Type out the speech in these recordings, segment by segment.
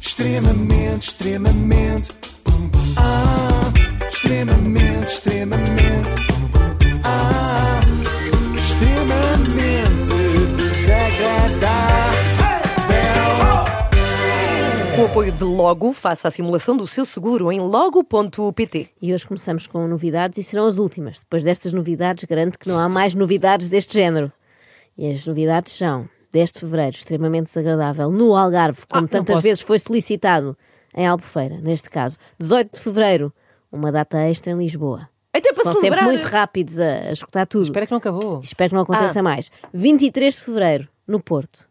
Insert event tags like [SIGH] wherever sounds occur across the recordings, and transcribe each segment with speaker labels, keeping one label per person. Speaker 1: Extremamente, extremamente. Ah, extremamente, extremamente. Ah, extremamente desagradável.
Speaker 2: Com o apoio de Logo, faça a simulação do seu seguro em logo.pt.
Speaker 3: E hoje começamos com novidades e serão as últimas. Depois destas novidades, garanto que não há mais novidades deste género. E as novidades são 10 de fevereiro, extremamente desagradável, no Algarve, como
Speaker 2: Ah, não
Speaker 3: tantas
Speaker 2: posso.
Speaker 3: vezes foi solicitado, em Albufeira, neste caso. 18 de fevereiro, uma data extra em Lisboa.
Speaker 2: Até para
Speaker 3: São
Speaker 2: celebrar.
Speaker 3: sempre muito rápidos a, a escutar tudo.
Speaker 2: Espera que não acabou.
Speaker 3: Espero que não
Speaker 4: Ah.
Speaker 3: aconteça mais. 23 de fevereiro, no Porto.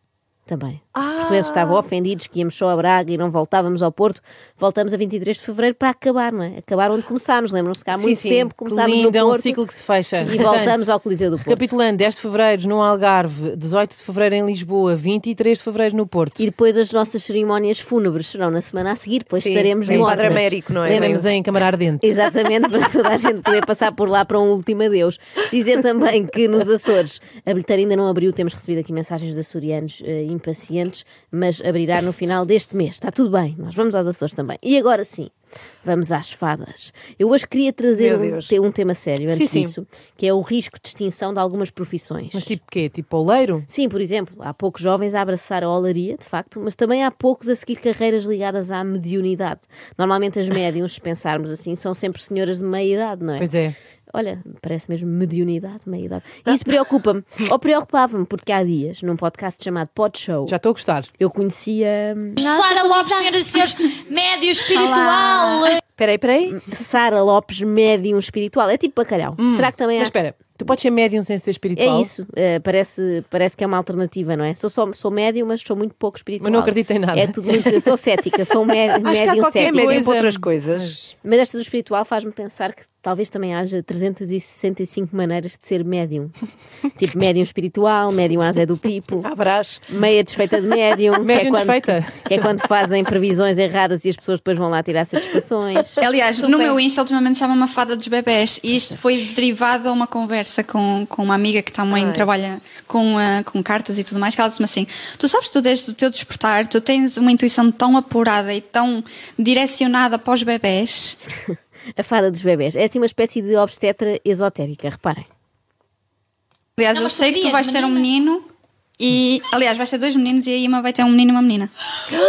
Speaker 3: Também. Os
Speaker 4: Ah.
Speaker 3: portugueses estavam ofendidos que íamos só a Braga e não voltávamos ao Porto. Voltamos a 23 de fevereiro para acabar, não é? Acabar onde começámos. Lembram-se que há muito tempo começámos
Speaker 2: que é assim, lindo,
Speaker 3: no
Speaker 2: é um
Speaker 3: Porto
Speaker 2: ciclo que se fecha.
Speaker 3: e voltamos ao Coliseu do Porto.
Speaker 2: Capitulando, 10 de Fevereiro no Algarve, 18 de Fevereiro em Lisboa, 23 de Fevereiro no Porto.
Speaker 3: E depois as nossas cerimónias fúnebres serão na semana a seguir, depois estaremos
Speaker 4: em
Speaker 3: no
Speaker 4: Padre Américo, não é?
Speaker 2: Estaremos em Câmara Ardente.
Speaker 3: Exatamente, para toda a gente poder passar por lá para um último adeus. Dizer também que nos Açores a bilheteira ainda não abriu, temos recebido aqui mensagens de açorianos eh, impacientes, mas abrirá no final deste mês. Está tudo bem, nós vamos aos Açores também. E agora sim, vamos às fadas. Eu hoje queria trazer
Speaker 4: Meu
Speaker 3: um,
Speaker 4: Deus.
Speaker 3: te- um tema sério antes
Speaker 4: sim.
Speaker 3: disso, que é o risco de extinção de algumas profissões.
Speaker 2: Mas tipo quê? Tipo oleiro?
Speaker 3: Sim, por exemplo, há poucos jovens a abraçar a olaria, de facto, mas também há poucos a seguir carreiras ligadas à mediunidade. Normalmente as médiums, se pensarmos assim, são sempre senhoras de meia-idade, não é?
Speaker 2: Pois é.
Speaker 3: Olha, parece mesmo mediunidade,
Speaker 2: [LAUGHS]
Speaker 3: meia-idade. E isso preocupa-me, ou preocupava-me, porque há dias, num podcast chamado Pod Show,
Speaker 2: Já estou a gostar.
Speaker 3: eu conhecia hum,
Speaker 5: Sara Lopes, senhoras e senhores, médio espiritual.
Speaker 4: Peraí, peraí.
Speaker 3: Sara Lopes, médium espiritual. É tipo bacalhau. Será que também há...
Speaker 2: Hum. Mas espera, tu podes ser médium sem ser espiritual?
Speaker 3: É isso, eh, parece, parece que é uma alternativa, não é? Sou, só, sou médium, mas sou muito pouco espiritual.
Speaker 2: Mas não acredito em nada.
Speaker 3: É tudo muito. Sou cética, sou
Speaker 2: [LAUGHS]
Speaker 3: mé,
Speaker 4: Acho que há
Speaker 3: médium
Speaker 4: qualquer
Speaker 3: cética.
Speaker 4: médium
Speaker 2: Coisa.
Speaker 4: para outras coisas.
Speaker 3: Mas esta do espiritual faz-me pensar que talvez também haja 365 maneiras de ser
Speaker 2: [LAUGHS]
Speaker 3: médium. tipo médium espiritual, médium asa do pipo.
Speaker 6: Hum.
Speaker 2: Abraço.
Speaker 3: Meia desfeita de médium, que é
Speaker 2: Médium
Speaker 3: quando-
Speaker 2: desfeita.
Speaker 3: que é quando fazem previsões erradas e as pessoas depois vão lá tirar satisfações.
Speaker 5: Tá
Speaker 7: Aliás, no meu Insta ultimamente chama-me a fada dos bebés e isto foi derivado a uma conversa com, com uma amiga que também trabalha com, ah, com cartas e tudo mais, que ela disse-me assim, tu sabes, tu desde o teu despertar, tu tens uma intuição tão apurada e tão direcionada para os bebés.
Speaker 3: A fada dos bebés. É assim uma espécie de obstetra esotérica, reparem.
Speaker 7: Aliás,
Speaker 5: Não,
Speaker 7: eu
Speaker 5: mas tu
Speaker 7: sei que tu
Speaker 5: querias,
Speaker 7: vais ter um
Speaker 5: menina?
Speaker 7: menino e, aliás, vais ter dois meninos e a Ima vai ter um menino e uma menina.
Speaker 3: Está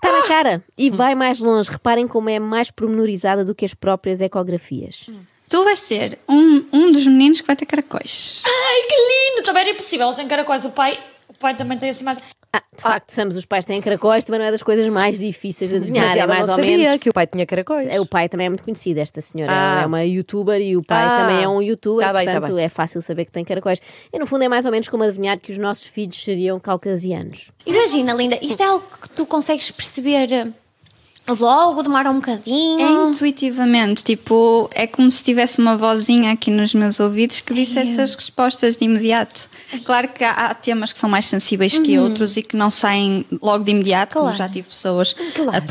Speaker 3: Tá
Speaker 4: Ah!
Speaker 3: na cara. E
Speaker 4: Hum.
Speaker 3: vai mais longe. Reparem como é mais pormenorizada do que as próprias ecografias.
Speaker 4: Hum.
Speaker 7: Tu vais ser um, um dos meninos que vai ter caracóis.
Speaker 5: Ai, que lindo! Também era impossível, ela tem caracóis. O pai, o pai também tem assim mais.
Speaker 3: Ah, de facto, somos os pais têm caracóis, também não é das coisas mais difíceis de adivinhar.
Speaker 4: Mas
Speaker 3: é
Speaker 4: ela
Speaker 3: mais
Speaker 4: não
Speaker 3: ou
Speaker 4: sabia
Speaker 3: menos.
Speaker 4: que o pai tinha caracóis.
Speaker 3: O pai também é muito conhecido, esta senhora
Speaker 4: Ah.
Speaker 3: é uma youtuber e o pai
Speaker 4: Ah.
Speaker 3: também é um youtuber,
Speaker 4: Tá bem, tá
Speaker 3: portanto
Speaker 4: bem.
Speaker 3: é fácil saber que tem caracóis. E no fundo é mais ou menos como adivinhar que os nossos filhos seriam caucasianos.
Speaker 8: Imagina, linda, isto é algo que tu consegues perceber eh, logo, demora um
Speaker 7: É
Speaker 8: bocadinho.
Speaker 7: intuitivamente, tipo, é como se tivesse uma vozinha aqui nos meus ouvidos que dissesse as respostas de imediato. Claro que há, há temas que são mais sensíveis que outros e que não saem logo de imediato, como
Speaker 8: Claro.
Speaker 7: já tive pessoas a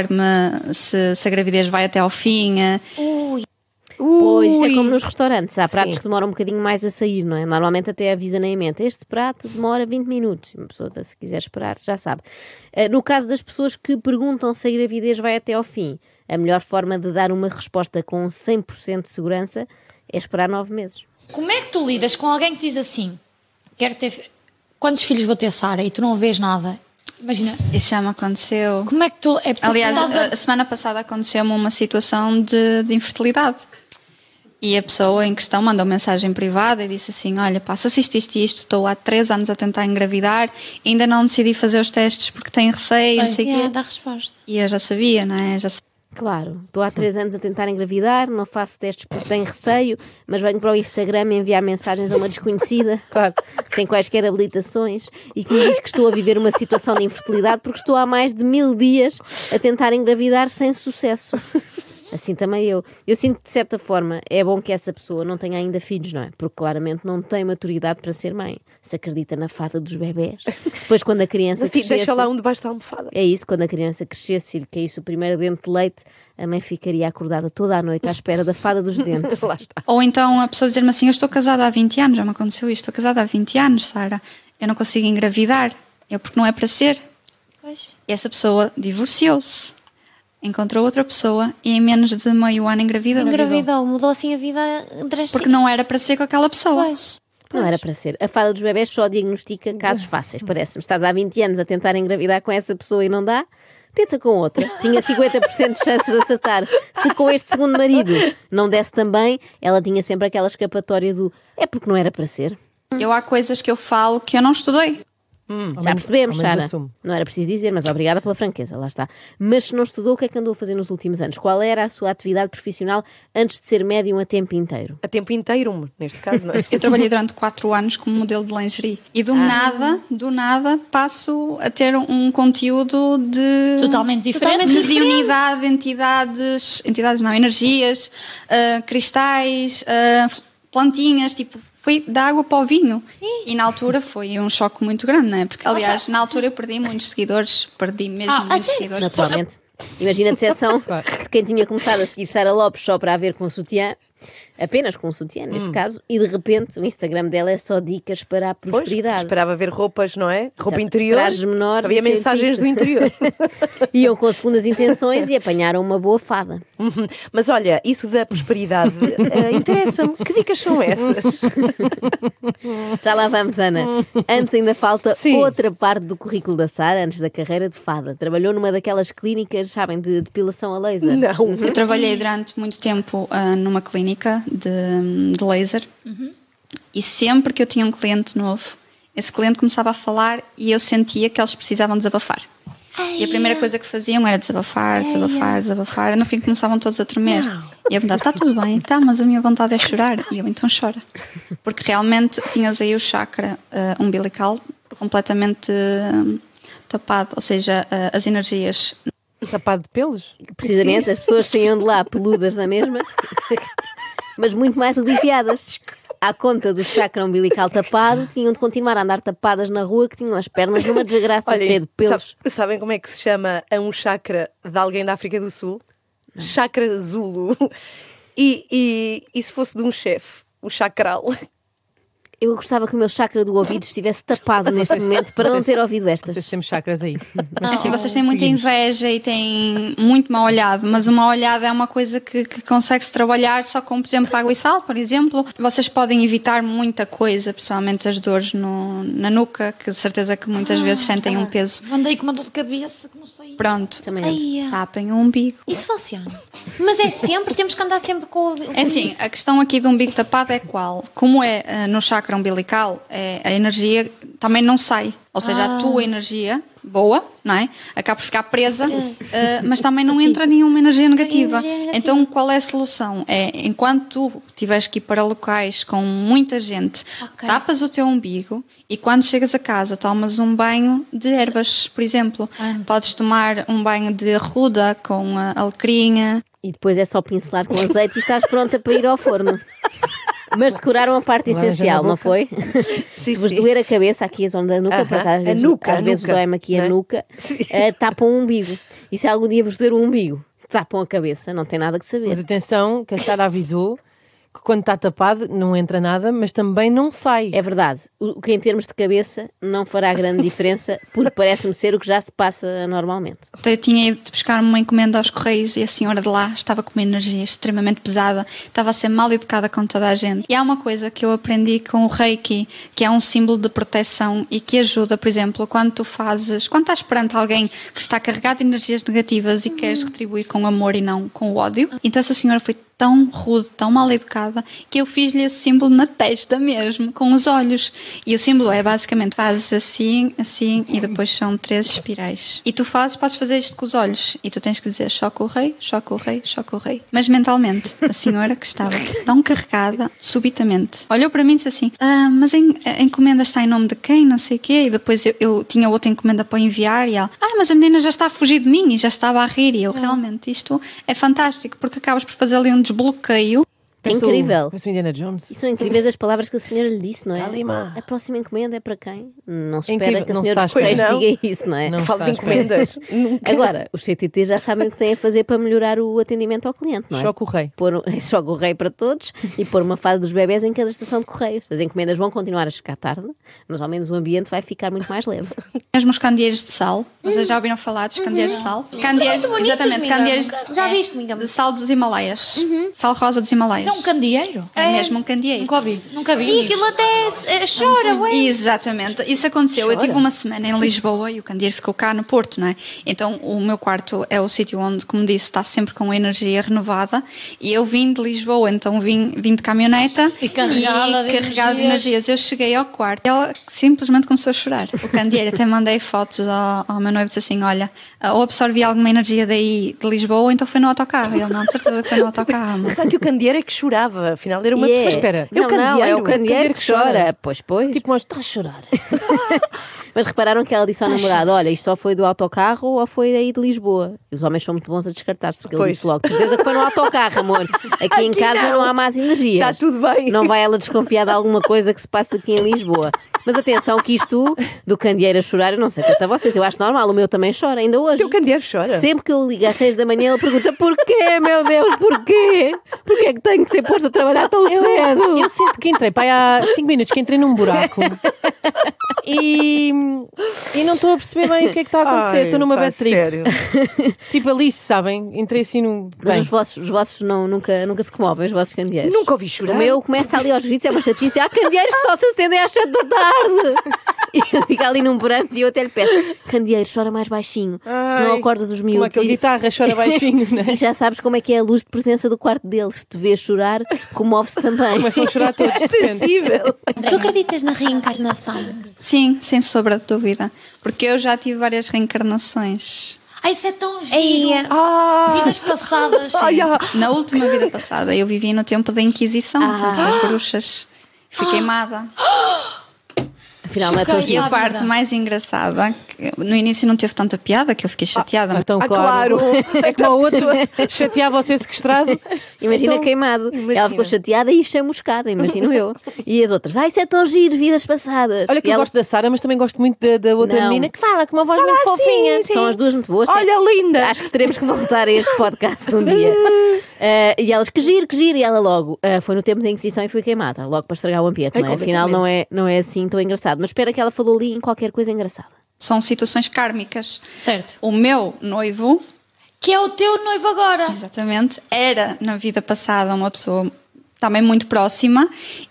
Speaker 7: perguntar-me se, se a gravidez vai até ao fim. eh.
Speaker 8: Ui,
Speaker 3: Pois, isto é
Speaker 2: Ui.
Speaker 3: como nos restaurantes. Há pratos
Speaker 2: Sim.
Speaker 3: que demoram um bocadinho mais a sair, não é? Normalmente até avisa na mente. Este prato demora 20 minutos. Uma pessoa, se quiser esperar, já sabe. Eh, No caso das pessoas que perguntam se a gravidez vai até ao fim, a melhor forma de dar uma resposta com 100% de segurança é esperar 9 meses.
Speaker 5: Como é que tu lidas com alguém que diz assim: quero ter. fi- Quantos filhos vou ter, Sara? E tu não vês nada. Imagina,
Speaker 7: Isso já me aconteceu.
Speaker 5: como é que tu. É porque tu
Speaker 7: Aliás, eh,
Speaker 5: estás a-
Speaker 7: a, a semana passada aconteceu-me uma situação de, de infertilidade. E a pessoa em questão mandou mensagem privada e disse assim: Olha, passa, assististe isto, estou há três anos a tentar engravidar, ainda não decidi fazer os testes porque tenho receio, não sei o
Speaker 8: yeah,
Speaker 7: quê.
Speaker 8: dá resposta.
Speaker 7: E eu já sabia, não é? Já sabia.
Speaker 3: Claro, estou há três anos a tentar engravidar, não faço testes porque tenho receio, mas venho para o Instagram enviar mensagens a
Speaker 4: [LAUGHS]
Speaker 3: uma desconhecida,
Speaker 2: Claro.
Speaker 3: sem quaisquer habilitações, e que me diz que estou a viver uma situação de infertilidade porque estou há mais de mil dias a tentar engravidar sem sucesso. Assim também eu. Eu sinto que, de certa forma, é bom que essa pessoa não tenha ainda filhos, não é? Porque claramente não tem maturidade para ser mãe. Se acredita na fada dos bebés. Depois, quando a criança
Speaker 4: Mas, filho,
Speaker 3: crescesse-
Speaker 4: deixa lá um debaixo da almofada.
Speaker 3: é isso, quando a criança crescesse e lhe caísse o primeiro dente de leite, a mãe ficaria acordada toda a noite à espera da fada
Speaker 4: [LAUGHS]
Speaker 3: dos dentes.
Speaker 4: Lá está.
Speaker 7: Ou então a pessoa dizer-me assim: Eu estou casada há 20 anos, já me aconteceu isto, estou casada há 20 anos, Sara, eu não consigo engravidar, é porque não é para ser.
Speaker 8: Pois.
Speaker 7: E essa pessoa divorciou-se, encontrou outra pessoa e em menos de meio ano engravidou.
Speaker 8: Engravidou, mudou assim a vida
Speaker 7: Porque
Speaker 8: drasticamente.
Speaker 7: não era para ser com aquela pessoa.
Speaker 8: Pois.
Speaker 3: Não era para ser. A fada dos bebés só diagnostica casos fáceis, parece-me. Estás há 20 anos a tentar engravidar com essa pessoa e não dá, tenta com outra. Tinha 50% de chances de acertar. Se com este segundo marido não desse também, ela tinha sempre aquela escapatória do é porque não era para ser.
Speaker 7: Hum. Eu há coisas que eu falo que eu não estudei.
Speaker 3: Já percebemos,
Speaker 2: ao menos
Speaker 3: Sara.
Speaker 2: assume.
Speaker 3: Não era preciso dizer, mas obrigada pela franqueza, lá está. Mas se não estudou, o que é que andou a fazer nos últimos anos? Qual era a sua atividade profissional antes de ser médium a tempo inteiro?
Speaker 2: A tempo inteiro, neste caso, [LAUGHS] não é?
Speaker 7: Eu trabalhei durante quatro anos como modelo de lingerie e
Speaker 5: Ah.
Speaker 7: do nada, do nada, passo a ter um conteúdo de
Speaker 5: Totalmente diferente.
Speaker 8: Totalmente
Speaker 7: de unidade, entidades, entidades não, energias, ah, cristais, ah, f- plantinhas, tipo, foi da água para o vinho. E na altura foi um choque muito grande, não é? Porque, aliás, na altura eu perdi muitos seguidores, perdi mesmo
Speaker 5: Ah,
Speaker 7: muitos
Speaker 5: assim?
Speaker 7: seguidores.
Speaker 3: Naturalmente. Imagina a decepção
Speaker 2: [LAUGHS]
Speaker 3: de quem tinha começado a seguir Sara Lopes só para a ver com o sutiã, apenas com o sutiã neste
Speaker 2: Hum.
Speaker 3: caso, e de repente o Instagram dela é só dicas para a
Speaker 2: Pois,
Speaker 3: prosperidade.
Speaker 2: esperava ver roupas, não é? Roupa
Speaker 3: Exato.
Speaker 2: interior.
Speaker 3: Trajes menores
Speaker 2: só havia
Speaker 3: e sem
Speaker 2: mensagens
Speaker 3: cinto.
Speaker 2: do interior.
Speaker 3: [LAUGHS] Iam com segundas intenções e apanharam uma boa fada.
Speaker 2: Uhum. Mas olha, isso da prosperidade eh, interessa-me. Que dicas são essas?
Speaker 3: Já lá
Speaker 2: [LAUGHS]
Speaker 3: vamos, Ana. Antes ainda falta
Speaker 2: Sim.
Speaker 3: outra parte do currículo da Sara, antes da carreira de fada. Trabalhou numa daquelas clínicas, sabem, de depilação a laser.
Speaker 2: não.
Speaker 7: Eu trabalhei durante muito tempo ah, numa clínica de, de laser e sempre que eu tinha um cliente novo, esse cliente começava a falar e eu sentia que eles precisavam desabafar. E a primeira coisa que faziam era desabafar, desabafar, desabafar. No fim começavam todos a tremer. E eu perguntava, está tudo bem? Está, mas a minha vontade é chorar. E eu, então chora. Porque realmente tinhas aí o chakra eh, umbilical completamente eh, tapado. Ou seja, eh, as energias
Speaker 2: Tapado de pelos?
Speaker 3: Precisamente, as pessoas saíam de lá peludas
Speaker 2: [LAUGHS]
Speaker 3: na mesma, mas muito mais aliviadas. À conta do chakra umbilical tapado, tinham de continuar a andar tapadas na rua, que tinham as pernas numa desgraça cheia de
Speaker 2: isto-
Speaker 3: pelos.
Speaker 2: sabes- sabem como é que se chama a um chakra de alguém da África do Sul? Chakra Zulu. E, e, e se fosse de um chefe? O chacral.
Speaker 3: Eu gostava que o meu chakra do ouvido estivesse tapado
Speaker 2: [LAUGHS]
Speaker 3: neste momento para não ter ouvido estas.
Speaker 6: Vocês temos chakras aí.
Speaker 7: É Assim, vocês têm muita inveja e têm muito mau olhado, mas o mau olhado é uma coisa que, que consegue-se trabalhar só com, por exemplo, água e sal, por exemplo. Vocês podem evitar muita coisa, principalmente as dores no- na nuca, que de certeza que muitas vezes sentem um peso.
Speaker 5: Andei com uma dor de cabeça que não sei.
Speaker 7: Pronto,
Speaker 3: Também ando.
Speaker 8: Ai, ah,
Speaker 7: tapem o umbigo.
Speaker 8: isso funciona. Mas é sempre, temos que andar sempre com o.
Speaker 7: É assim, a questão aqui do umbigo tapado é qual? Como é eh, no chakra umbilical, eh, a energia também não sai. Ou seja, a tua energia boa, não é? Acaba por ficar presa, eh, mas também não entra nenhuma energia negativa.
Speaker 8: Energia negativa.
Speaker 7: Então, qual é a solução? É, enquanto tu tiveres que ir para locais com muita gente,
Speaker 8: Ok.
Speaker 7: tapas o teu umbigo e quando chegas a casa tomas um banho de ervas, por exemplo. Podes tomar um banho de arruda com eh, a alecrinha,
Speaker 3: E depois é só pincelar com azeite e estás pronta para ir ao forno. Mas decoraram a parte
Speaker 6: Laranja
Speaker 3: essencial,
Speaker 6: na
Speaker 3: não foi? Se vos doer a cabeça, aqui a zona da nuca,
Speaker 2: Aham,
Speaker 3: por acaso, às
Speaker 2: a
Speaker 3: vezes,
Speaker 2: nuca,
Speaker 3: às
Speaker 2: a
Speaker 3: vezes
Speaker 2: nuca,
Speaker 3: dói-me aqui a
Speaker 2: não é?
Speaker 3: nuca, eh, tapam o umbigo. E se algum dia vos doer o umbigo, tapam a cabeça, não tem nada que
Speaker 6: Mas
Speaker 3: saber.
Speaker 6: atenção, que a Sara avisou que quando está tapado não entra nada, mas também não sai.
Speaker 3: É verdade, o o que em termos de cabeça não fará grande diferença, porque parece-me ser o que já se passa normalmente.
Speaker 7: Então, Eu tinha ido buscar uma encomenda aos Correios e a senhora de lá estava com uma energia extremamente pesada, estava a ser mal educada com toda a gente. E há uma coisa que eu aprendi com o Reiki, que é um símbolo de proteção e que ajuda, por exemplo, quando tu fazes, quando estás perante alguém que está carregado de energias negativas e queres retribuir com amor e não com ódio. Então essa senhora foi tão rude, tão mal educada, que eu fiz-lhe esse símbolo na testa mesmo, com os olhos. E o símbolo é basicamente fazes assim, assim e depois são três espirais. E tu fazes, podes fazer isto com os olhos e tu tens que dizer choca o rei, choca o rei, choca o rei. Mas mentalmente, a senhora que estava tão carregada, subitamente, olhou para mim e disse assim: ah, mas em- a encomenda está em nome de quem, não sei o quê, e depois eu, eu tinha outra encomenda para enviar e ela, ah, mas a menina já está a fugir de mim e já estava a rir e eu realmente isto é fantástico porque acabas por fazer ali um desbloqueio
Speaker 3: É
Speaker 6: Parece o-
Speaker 3: incrível.
Speaker 6: Parece o um. Indiana Jones.
Speaker 3: E são incríveis as palavras que a senhora lhe disse, não é?
Speaker 6: Calima.
Speaker 3: A próxima encomenda é para quem? Não se
Speaker 6: É
Speaker 3: espera
Speaker 6: incrível,
Speaker 3: que a
Speaker 6: não
Speaker 3: senhora
Speaker 6: se está à espera.
Speaker 3: depois diga isso, não é?
Speaker 6: Não se
Speaker 2: Falo
Speaker 6: está
Speaker 2: de
Speaker 6: à espera.
Speaker 2: encomendas. [LAUGHS] Nunca.
Speaker 3: Agora, os CTT já sabem o que têm a fazer para melhorar o atendimento ao cliente, não é?
Speaker 6: Só com o rei.
Speaker 3: Pôr um- [LAUGHS] só o correio para todos e pôr uma fase dos bebés em cada estação de correios. As encomendas vão continuar a chegar tarde, mas ao menos o ambiente vai ficar muito mais leve.
Speaker 7: Mesmo os candeeiros de sal. Vocês já ouviram falar dos candeeiros de sal? Candeeiros,
Speaker 8: muito bonitos,
Speaker 7: exatamente,
Speaker 8: Miguel.
Speaker 7: candeeiros
Speaker 8: Nunca-
Speaker 7: de,
Speaker 8: já
Speaker 7: é,
Speaker 8: viste, Miguel?
Speaker 7: de sal dos Himalaias. Sal rosa dos Himalaias.
Speaker 5: Mas é um candeeiro?
Speaker 7: É mesmo um candeeiro.
Speaker 5: Nunca vi. Nunca vi.
Speaker 8: E
Speaker 5: nisso.
Speaker 8: aquilo até eh, chora, ué.
Speaker 7: Exatamente, isso aconteceu. Eu tive uma semana em Lisboa e o candeeiro ficou cá no Porto, não é? Então o meu quarto é o sítio onde, como disse, está sempre com energia renovada. E eu vim de Lisboa, então vim, vim de caminhoneta
Speaker 5: E carregada
Speaker 7: e
Speaker 5: de
Speaker 7: carregada de
Speaker 5: energias.
Speaker 7: energias. Eu cheguei ao quarto e ela simplesmente começou a chorar. O candeeiro, até mandei fotos ao, ao meu noivo disse assim: Olha, ou absorvi alguma energia daí de Lisboa, ou então foi no autocarro. Ele não, de certeza que foi no
Speaker 5: [LAUGHS]
Speaker 7: autocarro. amor."
Speaker 2: Sabe que o candeeiro é que chorava, afinal era uma
Speaker 3: E é-
Speaker 2: pessoa.
Speaker 6: espera,
Speaker 2: é o
Speaker 3: não, não, é
Speaker 2: candeeiro,
Speaker 3: o candeeiro que chora. Pois, pois.
Speaker 6: Tipo, nós está
Speaker 3: [LAUGHS]
Speaker 6: a chorar.
Speaker 3: Mas repararam que ela disse ao namorado: Olha, isto ou foi do autocarro ou foi daí de Lisboa. E os homens são muito bons a descartar-se, porque ele
Speaker 2: Pois.
Speaker 3: disse logo: "De certeza que foi no autocarro, amor. Aqui em
Speaker 2: Aqui
Speaker 3: casa não,
Speaker 2: não.
Speaker 3: há mais energias.
Speaker 2: Está tudo bem."
Speaker 3: Não vai ela desconfiar de alguma coisa que se passa aqui em Lisboa. Mas atenção, que isto do candeeiro a chorar, eu não sei quanto a vocês, eu acho normal, o meu também chora, ainda hoje.
Speaker 2: O candeeiro chora.
Speaker 3: Sempre que eu ligo às seis da manhã, ele pergunta: Porquê, meu Deus, porquê? Porquê é que tenho de ser posto a trabalhar tão cedo?
Speaker 6: Eu sinto que entrei, pai, há 5 minutos que entrei num
Speaker 3: [LAUGHS]
Speaker 6: buraco e, e não estou a perceber bem o que é que está a acontecer.
Speaker 2: Ai,
Speaker 6: Estou numa
Speaker 2: pá,
Speaker 6: bad trip.
Speaker 2: sério.
Speaker 6: Tipo Alice, sabem? Entrei assim num.
Speaker 3: Mas
Speaker 6: Bem,
Speaker 3: os vossos, os vossos não, nunca, nunca se comovem, os vossos candeeiros.
Speaker 2: Nunca ouvi chorar.
Speaker 3: O meu começa ali aos gritos, é uma chatice. Há candeeiros que só se acendem às 7 da tarde. E ele fica ali num branco e eu até lhe peço: candeeiro, chora mais baixinho, senão
Speaker 6: Ai,
Speaker 3: acordas os
Speaker 6: como
Speaker 3: miúdos.
Speaker 6: aquele
Speaker 3: e...
Speaker 6: guitarra
Speaker 3: [LAUGHS]
Speaker 6: chora baixinho, né?
Speaker 3: E já sabes como é que é a luz de presença do quarto deles. Se te vês chorar, comove-se também.
Speaker 6: Começam a chorar
Speaker 3: [LAUGHS]
Speaker 6: todos, depende.
Speaker 3: é
Speaker 2: Sensível.
Speaker 8: Tu acreditas na reencarnação?
Speaker 7: Sim, sem sobra de dúvida. Porque eu já tive várias reencarnações.
Speaker 5: Ai, isso é tão
Speaker 8: Ei,
Speaker 5: giro. Vidas
Speaker 7: [LAUGHS]
Speaker 5: passadas.
Speaker 7: Na última
Speaker 6: [GASPS]
Speaker 7: vida passada, eu vivi no tempo da Inquisição,
Speaker 6: Ah.
Speaker 7: portanto, as bruxas. Fui queimada.
Speaker 3: Afinal, não é tão
Speaker 5: Choquei.
Speaker 7: E
Speaker 3: giro.
Speaker 7: a
Speaker 5: Rápida.
Speaker 6: então.
Speaker 7: parte mais engraçada, que no início não teve tanta piada, que eu fiquei chateada.
Speaker 6: Ah, então,
Speaker 2: Ah,
Speaker 6: claro.
Speaker 2: claro.
Speaker 6: [LAUGHS] É
Speaker 3: Então,
Speaker 6: como a outra chatear você sequestrado.
Speaker 3: Imagina
Speaker 6: Então,
Speaker 3: queimado. Ela ficou chateada e chamuscada, imagino eu. E as outras, ai, isso é tão giro, vidas passadas.
Speaker 6: Olha que
Speaker 3: E
Speaker 6: eu
Speaker 3: ela-
Speaker 6: gosto da Sara, mas também gosto muito da, da outra
Speaker 3: Não. assim,
Speaker 6: menina que fala com uma voz muito fofinha.
Speaker 3: Sim, São as duas muito boas.
Speaker 2: Olha, linda.
Speaker 3: Acho que teremos que voltar a este podcast um dia. Eh, e elas, que giro, que giro. E ela logo, eh, foi no tempo da Inquisição e foi queimada, logo para estragar o ambiente. não é? Afinal, não é, não é assim tão engraçado. Mas espera que ela falou ali em qualquer coisa engraçada.
Speaker 7: São situações kármicas.
Speaker 5: Certo.
Speaker 7: O meu noivo,
Speaker 5: Que é o teu noivo agora.
Speaker 7: exatamente, era na vida passada uma pessoa também muito próxima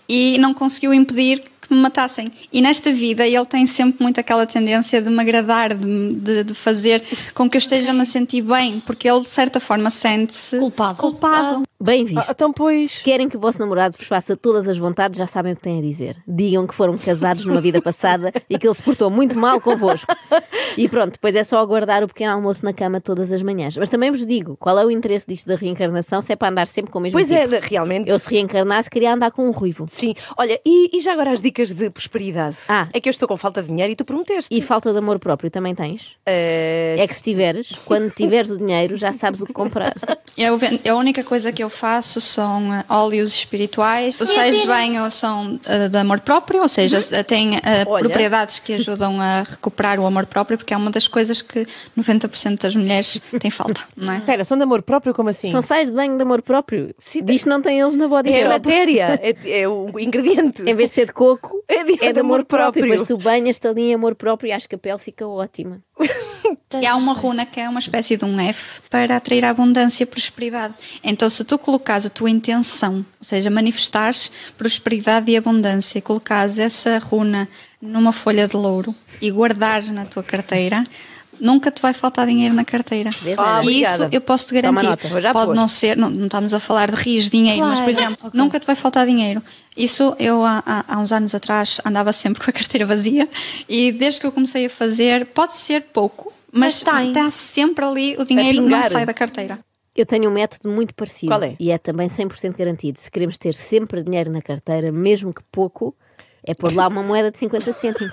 Speaker 7: e não conseguiu impedir que me matassem. E nesta vida ele tem sempre muito aquela tendência de me agradar, de, me- de- de fazer com que eu esteja-me a sentir bem, porque ele de certa forma sente-se
Speaker 5: Culpado.
Speaker 7: culpado.
Speaker 3: Bem visto.
Speaker 6: Ah, então, pois.
Speaker 3: Querem que o vosso namorado vos faça todas as vontades, já sabem o que têm a dizer. Digam que foram casados numa vida passada e que ele se portou muito mal convosco. E pronto, depois é só aguardar o pequeno almoço na cama todas as manhãs. Mas também vos digo qual é o interesse disto da reencarnação, se é para andar sempre com o mesmo
Speaker 2: Pois
Speaker 3: tipo.
Speaker 2: é, realmente.
Speaker 3: Eu se reencarnasse queria andar com um ruivo.
Speaker 2: Sim. Olha, e, e já agora as dicas de prosperidade?
Speaker 3: Ah.
Speaker 2: É que eu estou com falta de dinheiro e tu prometeste.
Speaker 3: E falta de amor próprio também tens? É que se tiveres, quando tiveres o dinheiro, já sabes o que comprar.
Speaker 7: Eu, ven- a única coisa que eu faço são eh, óleos espirituais. Os sais de banho são eh, de amor próprio, ou seja, eh, têm eh,
Speaker 2: Olha.
Speaker 7: propriedades que ajudam a recuperar o amor próprio, porque é uma das coisas que 90% das mulheres têm falta, não é?
Speaker 6: Espera, são de amor próprio, como assim?
Speaker 3: São sais de banho de amor próprio.
Speaker 2: Sim,
Speaker 3: Disto não tem eles na body
Speaker 2: É a
Speaker 3: shop.
Speaker 2: matéria, é, é o ingrediente.
Speaker 3: Então. Em vez de ser de coco,
Speaker 2: É de-
Speaker 3: é de amor próprio.
Speaker 2: próprio.
Speaker 3: Mas tu banhas-te ali em amor próprio e acho que a pele fica ótima.
Speaker 7: E há uma runa que é uma espécie de um F para atrair a abundância e prosperidade. Então, se tu colocares a tua intenção, ou seja, manifestares prosperidade e abundância, e colocares essa runa numa folha de louro e guardares na tua carteira, nunca te vai faltar dinheiro na carteira.
Speaker 3: Vês, Ana?
Speaker 7: e isso
Speaker 2: obrigada.
Speaker 7: eu posso
Speaker 3: Toma
Speaker 7: te garantir.
Speaker 3: nota,
Speaker 2: vou já
Speaker 7: Pode
Speaker 2: pôr.
Speaker 7: não ser, não, não estamos a falar de rios de dinheiro, mas por
Speaker 8: Claro.
Speaker 7: exemplo,
Speaker 8: Ok.
Speaker 7: nunca te vai faltar dinheiro. Isso eu há, há- há uns anos atrás andava sempre [LAUGHS] com a carteira vazia e desde que eu comecei a fazer, pode ser pouco, mas
Speaker 8: Mas tem.
Speaker 7: está sempre ali o dinheiro que não
Speaker 2: pingar.
Speaker 7: sai da carteira.
Speaker 3: Eu tenho um método muito parecido.
Speaker 2: Qual é?
Speaker 3: E é também 100% garantido. Se queremos ter sempre dinheiro na carteira, mesmo que pouco, é pôr lá uma moeda de 50
Speaker 2: [LAUGHS]
Speaker 3: cêntimos.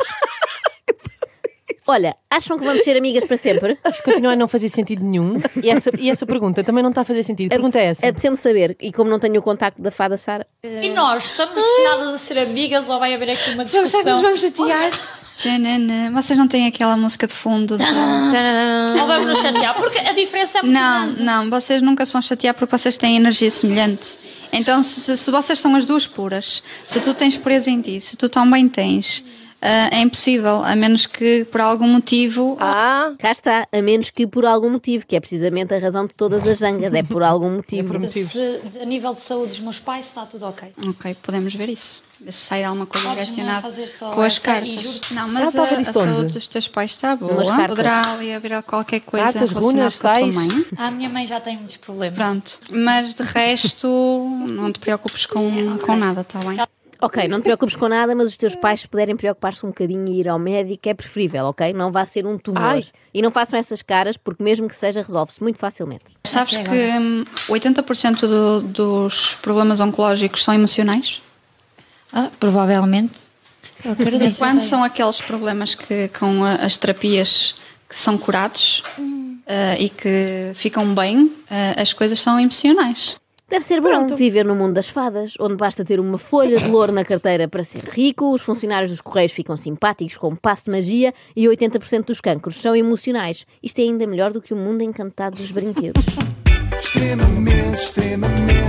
Speaker 3: Olha, acham que vamos ser amigas para sempre?
Speaker 6: Isto continua a não fazer sentido nenhum. E essa, e essa pergunta também não está a fazer sentido. A pergunta é essa.
Speaker 3: Apeteceu-me saber. E como não tenho o contacto da fada Sara,
Speaker 5: E nós estamos destinadas a ser amigas ou vai haver aqui uma discussão?
Speaker 8: vamos chatear.
Speaker 7: Tchananã. Vocês não têm aquela música de fundo?
Speaker 8: [GASPS]
Speaker 7: de-
Speaker 5: Ou vamos nos chatear, porque a diferença é muito
Speaker 7: Não,
Speaker 5: grande.
Speaker 7: não, vocês nunca se vão chatear porque vocês têm energia semelhante. Então, se, se- se vocês são as duas puras, se tu tens pureza em ti, se tu também tens, ah, é impossível, a menos que por algum motivo.
Speaker 2: Ah,
Speaker 3: Cá está, a menos que por algum motivo, que é precisamente a razão de todas as zangas, é por algum motivo.
Speaker 5: Se, de- a nível de saúde dos meus pais está tudo ok.
Speaker 7: Ok, podemos ver isso. Ver se sai alguma coisa
Speaker 5: Podes-me
Speaker 7: relacionada
Speaker 5: fazer só
Speaker 7: com as
Speaker 5: essa e
Speaker 7: cartas.
Speaker 5: juro-
Speaker 7: Não,
Speaker 6: Ela
Speaker 7: mas
Speaker 6: está a
Speaker 7: a,
Speaker 6: ver
Speaker 7: a
Speaker 6: isto onde?
Speaker 7: saúde dos teus pais está boa.
Speaker 3: Umas cartas.
Speaker 7: Poderá ali haver qualquer coisa
Speaker 6: Cartas,
Speaker 7: relacionada
Speaker 6: runas,
Speaker 7: com a tua
Speaker 6: sais.
Speaker 7: mãe.
Speaker 5: A Ah, minha mãe já tem muitos problemas.
Speaker 7: Pronto, mas de resto, [LAUGHS] não te preocupes com, com nada, está bem?
Speaker 3: Ok, não te preocupes com nada, mas os teus pais se puderem preocupar-se um bocadinho e ir ao médico é preferível, ok? Não vá ser um tumor.
Speaker 2: Ai.
Speaker 3: E não façam essas caras, porque mesmo que seja, resolve-se muito facilmente.
Speaker 7: Sabes que hum, 80% do- dos problemas oncológicos são emocionais?
Speaker 5: Ah, provavelmente. Eu
Speaker 7: E
Speaker 5: acredito.
Speaker 7: quando são aqueles problemas que com a- as terapias que são curados eh, e que ficam bem, eh, as coisas são emocionais.
Speaker 3: Deve ser bom viver no mundo das fadas, onde basta ter uma folha de louro na carteira para ser rico, os funcionários dos correios ficam simpáticos com um passo de magia e 80% dos cancros são emocionais. Isto é ainda melhor do que o mundo encantado dos brinquedos.
Speaker 1: extremamente, Ah, extremamente.